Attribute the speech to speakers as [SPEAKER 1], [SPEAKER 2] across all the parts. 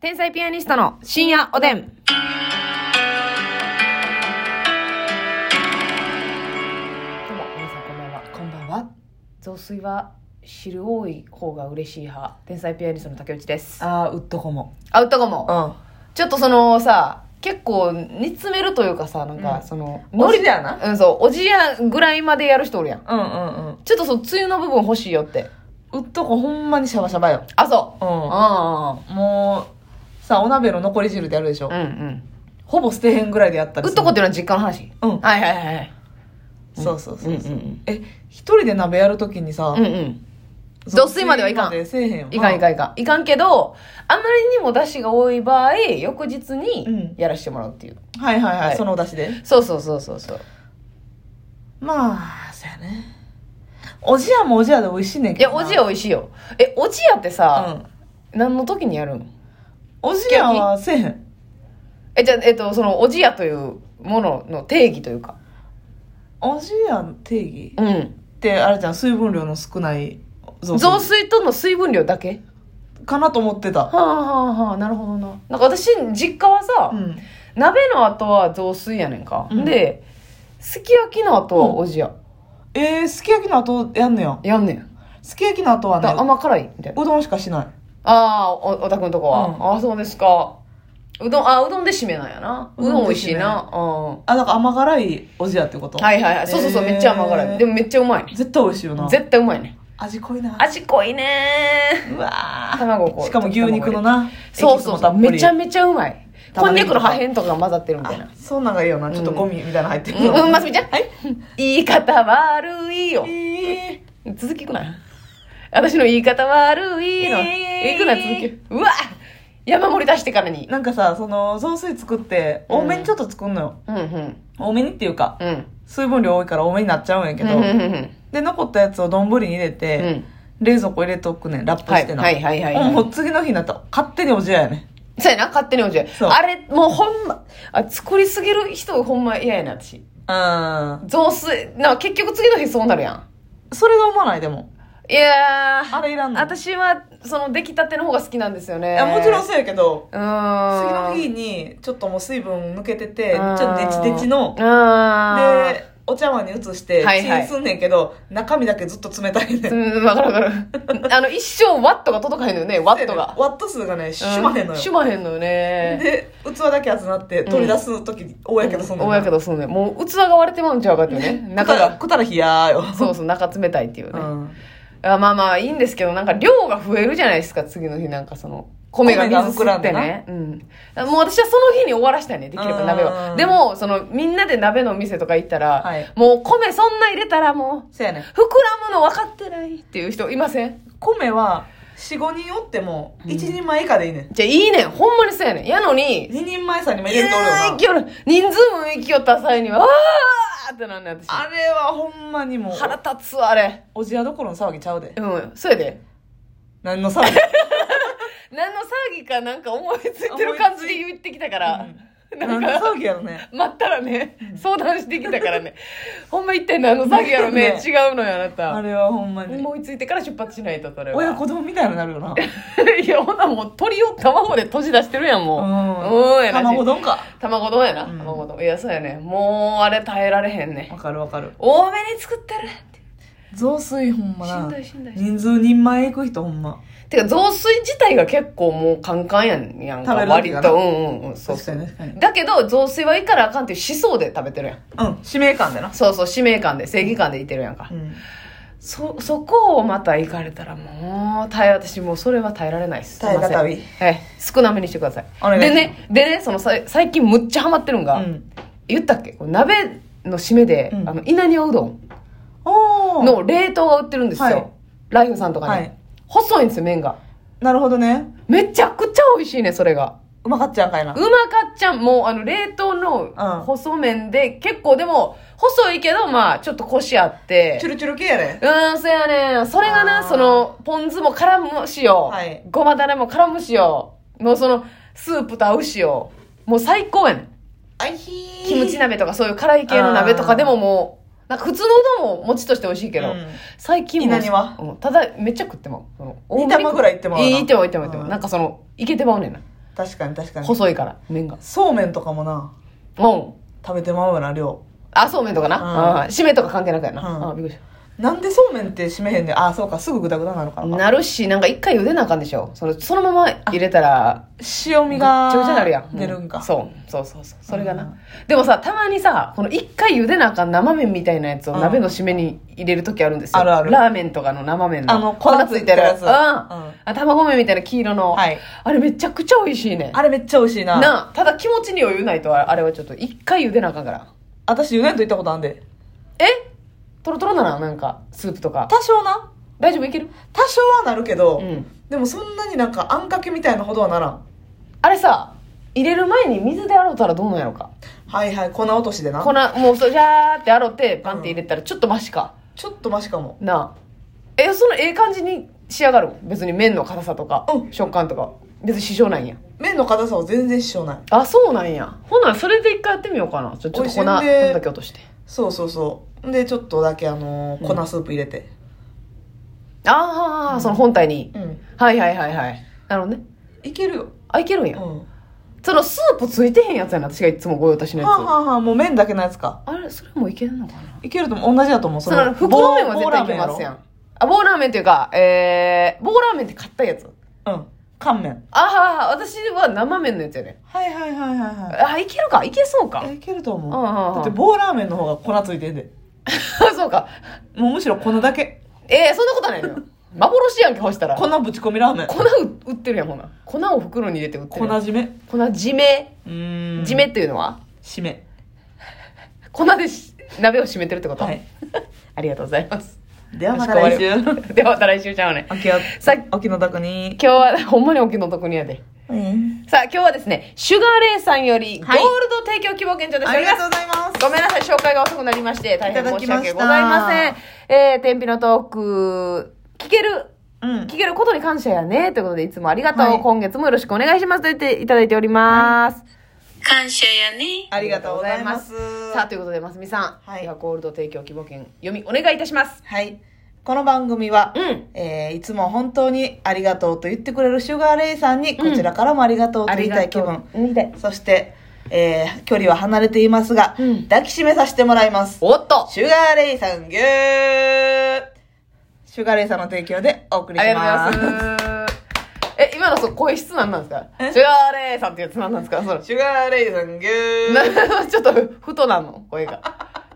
[SPEAKER 1] 天才ピアニストの深夜おでん。どうも皆さんこんばんは。
[SPEAKER 2] こんばんは。
[SPEAKER 1] 雑炊は汁多い方が嬉しい派。天才ピアニストの竹内です。
[SPEAKER 2] ああ、ウッドホモ。
[SPEAKER 1] アウトかも。
[SPEAKER 2] ん。
[SPEAKER 1] ちょっとそのさ、結構煮詰めるというかさ、なんか
[SPEAKER 2] うん
[SPEAKER 1] その、
[SPEAKER 2] ノリ
[SPEAKER 1] で。
[SPEAKER 2] だよな。
[SPEAKER 1] うん、そう。おじやぐらいまでやる人おるやん。
[SPEAKER 2] うんうんうん。
[SPEAKER 1] ちょっとその、つゆの部分欲しいよって。
[SPEAKER 2] ウッドホほんまにシャバシャバよ。
[SPEAKER 1] あ、そう。
[SPEAKER 2] う
[SPEAKER 1] あ
[SPEAKER 2] ん。もう、さ、お鍋の残り汁でやるでしょ。
[SPEAKER 1] あ。うんうん。
[SPEAKER 2] ほぼ捨てへんぐらいでやったり
[SPEAKER 1] うっ
[SPEAKER 2] する
[SPEAKER 1] とこっていうのは実家の話。
[SPEAKER 2] うん
[SPEAKER 1] はいはいはいはい。
[SPEAKER 2] そうそうそうそう
[SPEAKER 1] うんうんうん
[SPEAKER 2] え、一人で鍋やるときにさ
[SPEAKER 1] うん、うん。
[SPEAKER 2] 雑
[SPEAKER 1] 雑炊まではいかん
[SPEAKER 2] 炊ませえへんよない
[SPEAKER 1] かんいかんいかん。いかんけど、あまりにも出汁が多い場合、翌日
[SPEAKER 2] うん
[SPEAKER 1] にやらしてもらうっていう。
[SPEAKER 2] はいはいは
[SPEAKER 1] はい
[SPEAKER 2] い、そのお出汁で。
[SPEAKER 1] そうそうそうそうそう。
[SPEAKER 2] まあ、そうやね。おじやもおじやで美味しいねん
[SPEAKER 1] い
[SPEAKER 2] けど
[SPEAKER 1] や、
[SPEAKER 2] な。
[SPEAKER 1] おじや美味しいよ。え、おじやって
[SPEAKER 2] う
[SPEAKER 1] さ、
[SPEAKER 2] ん。
[SPEAKER 1] 何の時にやるん
[SPEAKER 2] おじやはせえへん。
[SPEAKER 1] え、じゃあ、えっと、その、おじやというものの定義というか。
[SPEAKER 2] おじやの定義
[SPEAKER 1] うん。
[SPEAKER 2] って、あれじゃん、水分量の少ない雑
[SPEAKER 1] 雑
[SPEAKER 2] 炊。
[SPEAKER 1] 炊との水分量だけ
[SPEAKER 2] かなと思ってた。
[SPEAKER 1] はあはあはあ、なるほどな。なんか私、実家はさ、
[SPEAKER 2] ん。
[SPEAKER 1] 鍋の後は雑炊やねんか。
[SPEAKER 2] うん
[SPEAKER 1] で、すき焼きの後はおじや。
[SPEAKER 2] えー、すき焼きの後やんのよ。
[SPEAKER 1] やんねん。
[SPEAKER 2] すき焼きの後は
[SPEAKER 1] だから
[SPEAKER 2] ね、
[SPEAKER 1] 甘辛いみたいな。
[SPEAKER 2] うどんしかしない。
[SPEAKER 1] ああ、お、おたくのとこは。
[SPEAKER 2] うん
[SPEAKER 1] ああ、そうですか。うどん、あうどんで締めなんやな。うどん美味しいな。うん。
[SPEAKER 2] あ、だから甘辛いおじやってこと
[SPEAKER 1] はいはいはい。そうそうそう、
[SPEAKER 2] へー
[SPEAKER 1] めっちゃ甘辛い。でもめっちゃうまい。
[SPEAKER 2] 絶対美味しいよな。
[SPEAKER 1] 絶対うまいね。
[SPEAKER 2] 味濃いな。
[SPEAKER 1] 味濃いね
[SPEAKER 2] うわー
[SPEAKER 1] 卵こう
[SPEAKER 2] しかも牛肉のな。
[SPEAKER 1] そうそうそう。めちゃ
[SPEAKER 2] ち
[SPEAKER 1] めちゃうまい。こ
[SPEAKER 2] 玉
[SPEAKER 1] んに
[SPEAKER 2] ね
[SPEAKER 1] ゃ
[SPEAKER 2] ぎ
[SPEAKER 1] く
[SPEAKER 2] と
[SPEAKER 1] の
[SPEAKER 2] か
[SPEAKER 1] 破片とかが混ざってるみたい
[SPEAKER 2] ゃ
[SPEAKER 1] な。。
[SPEAKER 2] そんなんがいいよな。ちょっとゴミみたいなの入ってる。
[SPEAKER 1] うん、うん、ますみちゃん。
[SPEAKER 2] はい。
[SPEAKER 1] 言い方悪いよ
[SPEAKER 2] え。ー
[SPEAKER 1] 続きいくな。私の言い方悪いの。
[SPEAKER 2] えー
[SPEAKER 1] いくな、続き。うわ山盛り出してからに。
[SPEAKER 2] なんかさ、その、雑炊作って、多めにちょっと作んのよ。
[SPEAKER 1] うん、うん、
[SPEAKER 2] 多めにっていうか、
[SPEAKER 1] うん。
[SPEAKER 2] 水分量多いから多めになっちゃうんやけ
[SPEAKER 1] う
[SPEAKER 2] ど
[SPEAKER 1] ん、うん、うん
[SPEAKER 2] で、残ったやつを丼に入れ
[SPEAKER 1] うん。う
[SPEAKER 2] て、
[SPEAKER 1] ん。
[SPEAKER 2] 冷蔵庫入れとくねんラップ
[SPEAKER 1] は
[SPEAKER 2] し
[SPEAKER 1] い、
[SPEAKER 2] てな。
[SPEAKER 1] はい、はい、はい。
[SPEAKER 2] もう次の日になったら勝手におじややね
[SPEAKER 1] そうやな、勝手におじや
[SPEAKER 2] そう
[SPEAKER 1] あれ、もうほんま、あ、作りすぎる人ほんま嫌やな、私。
[SPEAKER 2] うん
[SPEAKER 1] 雑炊、なんか結局次の日そうなるやん。
[SPEAKER 2] それが思わないでも
[SPEAKER 1] いやー、
[SPEAKER 2] あれいらんの
[SPEAKER 1] 私は、その出来たての方が好きなんですよ
[SPEAKER 2] い
[SPEAKER 1] ね。
[SPEAKER 2] やもちろん
[SPEAKER 1] う
[SPEAKER 2] そうやけど次
[SPEAKER 1] ーん。
[SPEAKER 2] の日にちょっともう水分抜けててちょっとデチデチの
[SPEAKER 1] うーん。
[SPEAKER 2] でお茶碗に移して
[SPEAKER 1] はい
[SPEAKER 2] チ
[SPEAKER 1] はい
[SPEAKER 2] ンすんねんけど中身だけずっと冷たいねん
[SPEAKER 1] うん、わかるわかる。 あの、一生ワットが届かへんのよね、ワットが。
[SPEAKER 2] ワット数がねしまへんの
[SPEAKER 1] う
[SPEAKER 2] よ
[SPEAKER 1] しまへんのよね。
[SPEAKER 2] で器だけ集まって取り出す時大やけどそんなん
[SPEAKER 1] 大やけどそうね。もう器が割れてまうんちゃうかっていうね。 中
[SPEAKER 2] 中が
[SPEAKER 1] が。
[SPEAKER 2] 食ったら冷やーよ
[SPEAKER 1] そうそう、中冷たいっていうね。
[SPEAKER 2] うん
[SPEAKER 1] あまあまあいいんですけど、なんか量が増えるじゃないですか、次の日なんかその、米が水吸ってね。うん。もう私はその日に終わらしたいね、できれば鍋
[SPEAKER 2] う
[SPEAKER 1] は。
[SPEAKER 2] ん
[SPEAKER 1] でも、その、みんなで鍋のお店とか行ったら、
[SPEAKER 2] はい
[SPEAKER 1] もう米そんな入れたらもう、
[SPEAKER 2] せやねん
[SPEAKER 1] 膨らむの分かってないっていう人いません
[SPEAKER 2] 米は45人おっても1人前以下でいいねん
[SPEAKER 1] じゃあいいねん、ほんまにそうやねん。やのに、
[SPEAKER 2] 2人前さんにも入れるとおるよな
[SPEAKER 1] えー今日の人数も行きよった際には、あーってなんねん私。
[SPEAKER 2] あれはほんまにもう、
[SPEAKER 1] 腹立つわ、あれ。
[SPEAKER 2] おじやどころの騒ぎちゃうで。
[SPEAKER 1] うん、それで。
[SPEAKER 2] 何の騒ぎ
[SPEAKER 1] 何の騒ぎかなんか思いついてる感じで言ってきたから。 な
[SPEAKER 2] 何
[SPEAKER 1] ん
[SPEAKER 2] の
[SPEAKER 1] か、
[SPEAKER 2] 騒ぎやろね。
[SPEAKER 1] 待ったらね、相談してきたからね。 ほんま一体何の詐欺やろね。
[SPEAKER 2] ね
[SPEAKER 1] 違うのよ、あな
[SPEAKER 2] あ
[SPEAKER 1] た。
[SPEAKER 2] れはほんまに。
[SPEAKER 1] 思いついてから出発しないと、それは。
[SPEAKER 2] 親子供みたいになるよ な。
[SPEAKER 1] いや、ほんならもう鳥を卵で閉じ出してるやん、もう。う、
[SPEAKER 2] うん
[SPEAKER 1] やなし
[SPEAKER 2] 卵丼か。
[SPEAKER 1] 卵丼やな。
[SPEAKER 2] うん
[SPEAKER 1] 卵丼。いや、そうやね。もう、あれ耐えられへんね
[SPEAKER 2] わ。かるわかる。
[SPEAKER 1] 多めに作ってるって。
[SPEAKER 2] 雑炊ほんま
[SPEAKER 1] しん
[SPEAKER 2] な
[SPEAKER 1] どい。しんどい。
[SPEAKER 2] 人数人前行く人ほんま。
[SPEAKER 1] てか、雑炊自体が結構もうカンカンやんやんか。
[SPEAKER 2] 食べる
[SPEAKER 1] 割
[SPEAKER 2] 時がな
[SPEAKER 1] と。うんうんうん。そう
[SPEAKER 2] 確
[SPEAKER 1] そ
[SPEAKER 2] か
[SPEAKER 1] う。
[SPEAKER 2] に確かに。
[SPEAKER 1] だけど、雑炊はいいからあかんっていう思想で食べてるやん。
[SPEAKER 2] うん、使命感でな。
[SPEAKER 1] そうそう、使命感で、正義感でいてるやんか
[SPEAKER 2] う。ん。
[SPEAKER 1] そ、そこをまた行かれたらもう、耐え、私もうそれは耐えられないです。
[SPEAKER 2] 耐え難い
[SPEAKER 1] すいませんはい。少なめにしてください。
[SPEAKER 2] お願い
[SPEAKER 1] で
[SPEAKER 2] します
[SPEAKER 1] ね、でね、そのさ、最近むっちゃハマってるん
[SPEAKER 2] う
[SPEAKER 1] が、
[SPEAKER 2] ん。
[SPEAKER 1] 言ったっけこう鍋の締めで、
[SPEAKER 2] うん
[SPEAKER 1] あの、稲庭うどん
[SPEAKER 2] おー。
[SPEAKER 1] の冷凍が売ってるんですよ。
[SPEAKER 2] はい
[SPEAKER 1] ライフさんとかね。
[SPEAKER 2] はい
[SPEAKER 1] 細いんですよ、麺が。
[SPEAKER 2] なるほどね。
[SPEAKER 1] めちゃくちゃ美味しいね、それが。
[SPEAKER 2] うまかっちゃうんかいな
[SPEAKER 1] う。まかっちゃん、もう、あの、冷凍の細麺で、結構でも、細いけど、まあ、ちょっとコシあって。
[SPEAKER 2] チュルチュル系やね。
[SPEAKER 1] うーん、そうやねん。それがな、
[SPEAKER 2] あー
[SPEAKER 1] その、ポン酢も絡むしよ。
[SPEAKER 2] はい
[SPEAKER 1] ごまだれも絡むしよ。もうその、スープと合うしよ。もう最高やねん。
[SPEAKER 2] あいひー。
[SPEAKER 1] キムチ鍋とかそういう辛い系の鍋とかでももう、なんか普通のうどんももちっとして美味しいけど、
[SPEAKER 2] うん
[SPEAKER 1] 最近も。
[SPEAKER 2] 稲庭
[SPEAKER 1] うんただ、めっちゃ食ってまう。その
[SPEAKER 2] 煮玉ぐらいいってまうな
[SPEAKER 1] 大盛り食いいってまういってまういってまう
[SPEAKER 2] うん
[SPEAKER 1] なんかその、いけてまうねんな。
[SPEAKER 2] 確かに確かに
[SPEAKER 1] 細いから、麺が。
[SPEAKER 2] そうめんとかもな
[SPEAKER 1] うん。
[SPEAKER 2] 食べてまうよな量
[SPEAKER 1] あ、そうめんとか
[SPEAKER 2] うん
[SPEAKER 1] な。うん。締めとか関係なくや
[SPEAKER 2] う
[SPEAKER 1] な。
[SPEAKER 2] ん
[SPEAKER 1] あ、びっくりし
[SPEAKER 2] なんでそうめんって締めへんねんあそうかすぐグダグダなのか
[SPEAKER 1] た。
[SPEAKER 2] な
[SPEAKER 1] なるし、なんか一回茹でなあかんでしょ。その、そのまま入れたら、
[SPEAKER 2] 塩味が
[SPEAKER 1] ぐっちゃぐちゃなるやん。
[SPEAKER 2] 出るんか、
[SPEAKER 1] うそう。そうそうそう。それが
[SPEAKER 2] うん
[SPEAKER 1] な。でもさ、たまにさ、この一回茹でなあかん生麺みたいなやつを
[SPEAKER 2] うん
[SPEAKER 1] 鍋の締めに入れるときあるんですよ。
[SPEAKER 2] あるある
[SPEAKER 1] ラーメンとかの生麺の。
[SPEAKER 2] あの粉ついてるやつ
[SPEAKER 1] うん。あ
[SPEAKER 2] うん、
[SPEAKER 1] 卵麺みたいな黄色の。
[SPEAKER 2] はい
[SPEAKER 1] あれめちゃくちゃ美味しいね。
[SPEAKER 2] あれめっちゃ美味しいな
[SPEAKER 1] なあただ気持ちに余裕ないとあれはちょっと一回茹でなあかんから
[SPEAKER 2] 私ゆでんと行ったことあんで
[SPEAKER 1] えトロトロならなんかスープとか
[SPEAKER 2] 多少な
[SPEAKER 1] 大丈夫いける
[SPEAKER 2] 多少はなるけど、
[SPEAKER 1] うん
[SPEAKER 2] でもそんなになんかあんかけみたいなほどはならん
[SPEAKER 1] あれさ入れる前に水で洗うたらどうなんやろか
[SPEAKER 2] はいはい粉落としでな
[SPEAKER 1] 粉もうそうジャーって洗ってバンって入れたらちょっとマシか、
[SPEAKER 2] ちょっとマシかも
[SPEAKER 1] なあえそのええ感じに仕上がる別に麺の硬さとか、
[SPEAKER 2] うん
[SPEAKER 1] 食感とか別に支障ないんや
[SPEAKER 2] 麺の硬さは全然支障ない
[SPEAKER 1] あそうなんやほなそれで一回やってみようかなちょちょっと粉
[SPEAKER 2] 美味しい
[SPEAKER 1] 粉
[SPEAKER 2] ね
[SPEAKER 1] だけ落として
[SPEAKER 2] そうそうそうんでちょっとだけあのー
[SPEAKER 1] うん
[SPEAKER 2] 粉スープ入れて
[SPEAKER 1] ああ、その本体に、
[SPEAKER 2] うん、
[SPEAKER 1] はいはいはいはいなるほどね
[SPEAKER 2] いけるよ
[SPEAKER 1] あいけるん
[SPEAKER 2] う
[SPEAKER 1] や、
[SPEAKER 2] んは
[SPEAKER 1] そのスープついてへんやつやな私がいつもご用達の
[SPEAKER 2] あ
[SPEAKER 1] やつ
[SPEAKER 2] はあはあもう麺だけのやつか
[SPEAKER 1] あれそれもいけるのかない
[SPEAKER 2] けると思う同じだと思う
[SPEAKER 1] その袋麺は絶対いけますやんあ棒ラーメンっていうかえー、棒ラーメンって買ったやつ
[SPEAKER 2] んうん乾麺
[SPEAKER 1] あはは私は生麺のやつやね
[SPEAKER 2] はいはいはいはいはい
[SPEAKER 1] あいけるかいけそうか
[SPEAKER 2] えいけると思う
[SPEAKER 1] うんうんうん
[SPEAKER 2] だって棒ラーメンの方が粉ついてんで
[SPEAKER 1] そうか
[SPEAKER 2] もうむしろ粉だけ
[SPEAKER 1] えー、そんなことないのよ 幻やんけほしたら
[SPEAKER 2] 粉
[SPEAKER 1] 粉
[SPEAKER 2] ぶち込みラーメン
[SPEAKER 1] 売ってるやんほな粉を袋に入れて売って
[SPEAKER 2] 粉
[SPEAKER 1] る
[SPEAKER 2] 締め
[SPEAKER 1] 粉締め
[SPEAKER 2] うーん
[SPEAKER 1] 締めっていうのは、
[SPEAKER 2] 締め
[SPEAKER 1] 粉でし鍋を締めてるってこと、
[SPEAKER 2] はい
[SPEAKER 1] ありがとうござい ます
[SPEAKER 2] ではまた来週
[SPEAKER 1] 週ではまた来週ちゃうね
[SPEAKER 2] 秋は
[SPEAKER 1] さ
[SPEAKER 2] 秋の宅に、
[SPEAKER 1] 今日はほんまにお気の毒にやでさあ、今日はですね、シュガーレイさんより、ゴー
[SPEAKER 2] はい
[SPEAKER 1] ルド提供希望券頂戴して
[SPEAKER 2] あ
[SPEAKER 1] お
[SPEAKER 2] り
[SPEAKER 1] りま
[SPEAKER 2] が
[SPEAKER 1] す。
[SPEAKER 2] とうございます
[SPEAKER 1] ごめんなさい、紹介が遅くなりまして、大変申し訳ございませ
[SPEAKER 2] いただ
[SPEAKER 1] ん
[SPEAKER 2] きま。
[SPEAKER 1] えー、天日のトーク、聞ける、
[SPEAKER 2] うん
[SPEAKER 1] 聞けることに感謝やね、ということで、いつもありがとう、
[SPEAKER 2] はい
[SPEAKER 1] 今月もよろしくお願いしますと言っていただいております。
[SPEAKER 3] 感謝やね。
[SPEAKER 2] ありがとうございます
[SPEAKER 1] さあ、ということで、ますみさん、
[SPEAKER 2] はい
[SPEAKER 1] ではゴールド提供希望券、読みお願いいたします。
[SPEAKER 2] はいこの番組は、
[SPEAKER 1] うん。
[SPEAKER 2] えーいつも本当にありがとうと言ってくれるシュガーレイさんにこちらからもありがとうと言いたい気分、
[SPEAKER 1] 見たい。
[SPEAKER 2] そして、えー距離は離れていますが、
[SPEAKER 1] うん
[SPEAKER 2] 抱きしめさせてもらいます
[SPEAKER 1] おっと
[SPEAKER 2] シュガーレイさんぎゅーシュガーレイさんの提供でお送り
[SPEAKER 1] あ
[SPEAKER 2] し
[SPEAKER 1] りがと
[SPEAKER 2] ます
[SPEAKER 1] うございます。え、今のそう声質なんなんですか
[SPEAKER 2] え
[SPEAKER 1] シュガーレイさんってやつなんなんですかその
[SPEAKER 2] シュガーレイさんぎゅー
[SPEAKER 1] な ちょっとふとなんの声が。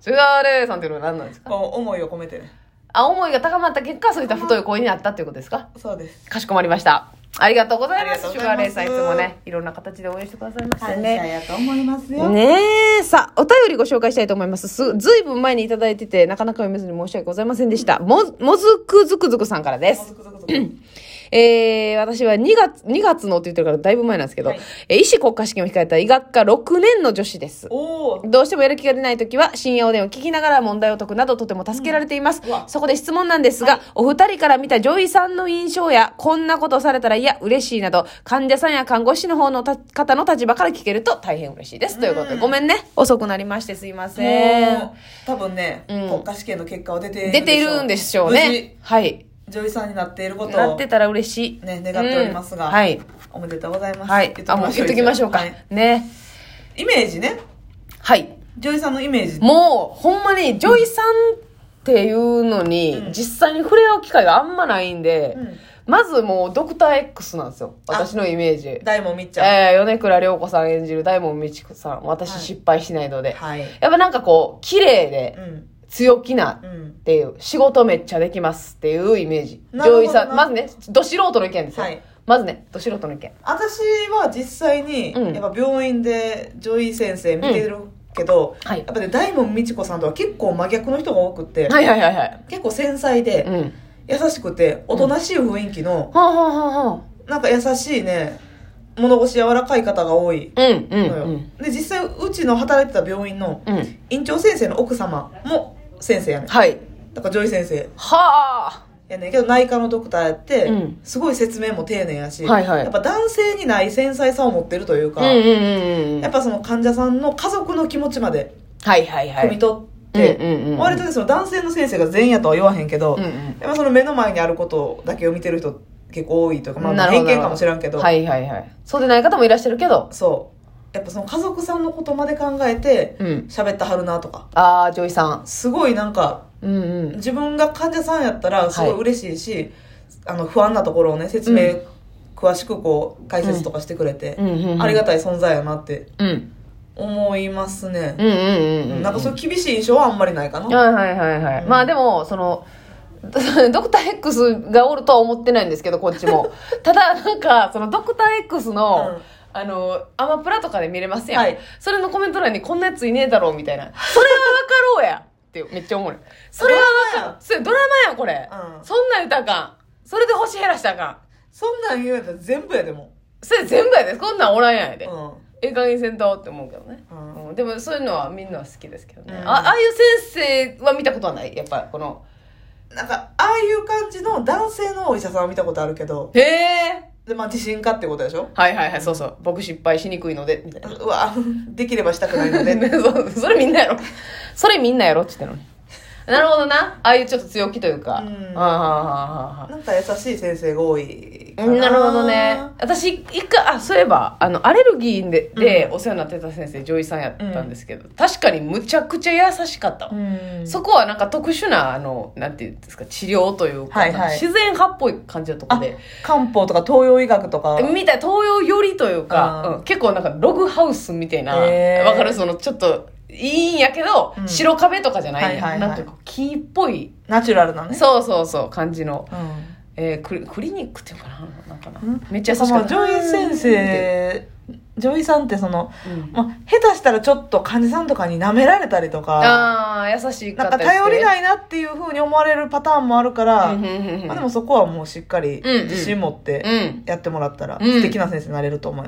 [SPEAKER 1] シュガーレイさんっていうのは何なんですか
[SPEAKER 2] こう思いを込めてね
[SPEAKER 1] あ、思いが高まった結果、そういった太い声になったということですか
[SPEAKER 2] そうです
[SPEAKER 1] かしこまりました。ありがとうございます。
[SPEAKER 2] あ
[SPEAKER 1] シ
[SPEAKER 2] り
[SPEAKER 1] ュ
[SPEAKER 2] が
[SPEAKER 1] ガ
[SPEAKER 2] と
[SPEAKER 1] ーレイ
[SPEAKER 2] うございます
[SPEAKER 1] さんいつもね、いろんな形で応援してくださいましたよ
[SPEAKER 2] 感謝
[SPEAKER 1] ね。
[SPEAKER 2] やと思いますよ、
[SPEAKER 1] ねえ、さあ、お便りご紹介したいと思います。す、ずいぶん前にいただいてて、なかなか読めずに申し訳ございませんでした。も、もずくずくずくさんからで
[SPEAKER 2] も
[SPEAKER 1] す
[SPEAKER 2] ず。くずくずく
[SPEAKER 1] えー、私は2月、2月のって言ってるからだいぶ前なんですけど、
[SPEAKER 2] はい
[SPEAKER 1] えー医師国家試験を控えた医学科6年の女子です。
[SPEAKER 2] おお
[SPEAKER 1] どうしてもやる気が出ない時は深夜おでんを聞きながら問題を解くなどとても助けられています、
[SPEAKER 2] うんうわ
[SPEAKER 1] そこで質問なんですが、お二人から見た女医さんの印象やこんなことされたらいや嬉しいなど患者さんや看護師の方のた方の立場から聞けると大変嬉しいです、ということでごめんね遅くなりましてすいません
[SPEAKER 2] もう多分ね、
[SPEAKER 1] うん
[SPEAKER 2] 国家試験の結果を出ている
[SPEAKER 1] 出ているんでしょうねはい
[SPEAKER 2] 無事女医さんになっていること
[SPEAKER 1] な
[SPEAKER 2] を
[SPEAKER 1] ってたら嬉しい
[SPEAKER 2] ね願っておりますが
[SPEAKER 1] うんはい
[SPEAKER 2] おめでとうございます、
[SPEAKER 1] はいあもう言っときましょうか、
[SPEAKER 2] はい
[SPEAKER 1] ね
[SPEAKER 2] イメージね
[SPEAKER 1] はい
[SPEAKER 2] 女優さんのイメージ
[SPEAKER 1] もうほんまに女医さんっていうのに、
[SPEAKER 2] うん
[SPEAKER 1] 実際に触れ合う機会があんまないんで、
[SPEAKER 2] うん
[SPEAKER 1] まずもうドクター X なんですよ
[SPEAKER 2] あ
[SPEAKER 1] 私のイメージ
[SPEAKER 2] 大門みっちゃん、
[SPEAKER 1] えー、米倉涼子さん演じる大門みちこさん
[SPEAKER 2] は
[SPEAKER 1] 私
[SPEAKER 2] い
[SPEAKER 1] 失敗しないので、
[SPEAKER 2] はい
[SPEAKER 1] やっぱなんかこう綺麗で
[SPEAKER 2] うん
[SPEAKER 1] 強気な
[SPEAKER 2] うん
[SPEAKER 1] っていう仕事めっちゃできますっていうイメージ
[SPEAKER 2] なるほ
[SPEAKER 1] 上
[SPEAKER 2] ど
[SPEAKER 1] 位さん
[SPEAKER 2] な
[SPEAKER 1] まずねど素人の意見ですよ、
[SPEAKER 2] はい
[SPEAKER 1] まずねど素人の意見
[SPEAKER 2] 私は実際に、
[SPEAKER 1] うん
[SPEAKER 2] やっぱ病院で女医先生見てるけど、
[SPEAKER 1] はい
[SPEAKER 2] やっぱね大門みちこさんとは結構真逆の人が多くって、
[SPEAKER 1] はいはいはいはい
[SPEAKER 2] 結構繊細で、
[SPEAKER 1] うんは
[SPEAKER 2] 優しくておとなしい雰囲気の、
[SPEAKER 1] あ、はあはあは
[SPEAKER 2] なんか優しいね物腰柔らかい方が多い
[SPEAKER 1] あ、うんうん
[SPEAKER 2] の
[SPEAKER 1] う
[SPEAKER 2] よ、
[SPEAKER 1] ん
[SPEAKER 2] で実際うちの働いてた病院の
[SPEAKER 1] うん
[SPEAKER 2] 院長先生の奥様も先生やねん
[SPEAKER 1] はい
[SPEAKER 2] だから女医先生
[SPEAKER 1] はあ
[SPEAKER 2] やねんけど内科のドクターやって、
[SPEAKER 1] うん
[SPEAKER 2] すごい説明も丁寧やし、
[SPEAKER 1] はいはい
[SPEAKER 2] やっぱ男性にない繊細さを持ってるというか、
[SPEAKER 1] うんうんうんうん
[SPEAKER 2] やっぱその患者さんの家族の気持ちまで
[SPEAKER 1] はいはいは
[SPEAKER 2] 汲み
[SPEAKER 1] い
[SPEAKER 2] 取って、
[SPEAKER 1] うんうんうん
[SPEAKER 2] 割とねその男性の先生が全員やとは言わへんけど、
[SPEAKER 1] うんうん
[SPEAKER 2] やっぱその目の前にあることだけを見てる人結構多いというか、まあ、まあ
[SPEAKER 1] なるほ
[SPEAKER 2] 偏
[SPEAKER 1] ど
[SPEAKER 2] 見かもしれんけど、
[SPEAKER 1] はいはいはい。そうでない方もいらっしゃるけど、
[SPEAKER 2] そうやっぱその家族さんのことまで考えて
[SPEAKER 1] うん。
[SPEAKER 2] 喋ってはるなとか
[SPEAKER 1] ああ、ジョイさん。
[SPEAKER 2] すごいなんか
[SPEAKER 1] うんうん。
[SPEAKER 2] 自分が患者さんやったらすごい嬉しいし、あの不安なところをね説明、
[SPEAKER 1] う
[SPEAKER 2] 詳しくこう解説とかしてくれて、
[SPEAKER 1] うんうんうん
[SPEAKER 2] ありがたい存在やなって
[SPEAKER 1] うん。
[SPEAKER 2] 思いますね
[SPEAKER 1] う、んうんうんうん。
[SPEAKER 2] なんかそういう厳しい印象はあんまりないかな、
[SPEAKER 1] はいはいはいはい、
[SPEAKER 2] うん
[SPEAKER 1] まあでもその ドクター X がおるとは思ってないんですけどこっち もただなんかそのドクター X の、
[SPEAKER 2] うん
[SPEAKER 1] あのアマプラとかで見れますやん、
[SPEAKER 2] はい
[SPEAKER 1] それのコメント欄にこんなやついねえだろうみたいなそれは分かろうやってめっちゃ思うねそれは分か
[SPEAKER 2] ドラマや
[SPEAKER 1] るそれドラマやこれ、
[SPEAKER 2] うん
[SPEAKER 1] そんなん言ったらあかんそれで星減らしたらあかん
[SPEAKER 2] そんなん言うやったら全部やでも
[SPEAKER 1] それ全部やでこんなんおらんやんやで、
[SPEAKER 2] う
[SPEAKER 1] え
[SPEAKER 2] ん
[SPEAKER 1] え加減せんとって思うけどね、
[SPEAKER 2] うん
[SPEAKER 1] うんでもそういうのはみんな好きですけどね、
[SPEAKER 2] うん
[SPEAKER 1] あああいう先生は見たことはないやっぱこの
[SPEAKER 2] なんかああいう感じの男性のお医者さんは見たことあるけど
[SPEAKER 1] へえ。
[SPEAKER 2] でまあ自信家ってことでしょ
[SPEAKER 1] はいはいはい、そうそう。僕失敗しにくいので、みたいな。
[SPEAKER 2] うわ できればしたくないので
[SPEAKER 1] そうそれみんなやろ。それみんなやろって言ってるのに。なるほどな。ああいうちょっと強気というか。
[SPEAKER 2] うん
[SPEAKER 1] ああああああ
[SPEAKER 2] なんか優しい先生が多いか
[SPEAKER 1] あなるほどね。私、一回、あ、そういえば、あの、アレルギーででお世話になってた先生、女医さんやったんですけど、確かにむちゃくちゃ優しかったわ、
[SPEAKER 2] うん
[SPEAKER 1] そこはなんか特殊な、あの、なんていうんですか、治療というか、
[SPEAKER 2] はいはい
[SPEAKER 1] 自然派っぽい感じのとこ
[SPEAKER 2] あ
[SPEAKER 1] で。
[SPEAKER 2] 漢方とか東洋医学とか
[SPEAKER 1] みたい東洋寄りという
[SPEAKER 2] あ
[SPEAKER 1] か
[SPEAKER 2] ー、
[SPEAKER 1] うん結構なんかログハウスみたいなわ、
[SPEAKER 2] へー
[SPEAKER 1] かるそのちょっといいんやけど、
[SPEAKER 2] うん
[SPEAKER 1] 白壁とかじゃない,、んや
[SPEAKER 2] はいはいはい
[SPEAKER 1] なんかこう木っぽい、
[SPEAKER 2] ナチュラルなね
[SPEAKER 1] そうそうそう感じの、
[SPEAKER 2] う
[SPEAKER 1] えークリクリニックっていうのかななんかな、
[SPEAKER 2] ん
[SPEAKER 1] めっちゃ優しかった
[SPEAKER 2] 女医先生女医さんってその、
[SPEAKER 1] うん
[SPEAKER 2] まあ、下手したらちょっと患者さんとかに舐められたりとか
[SPEAKER 1] ああ優しい
[SPEAKER 2] なんか頼り
[SPEAKER 1] い
[SPEAKER 2] ないなっていうふうに思われるパターンもあるから、まあ、でもそこはもうしっかり
[SPEAKER 1] うんうん
[SPEAKER 2] 自信持ってやってもらったら
[SPEAKER 1] うん
[SPEAKER 2] 素敵な先生になれると思います、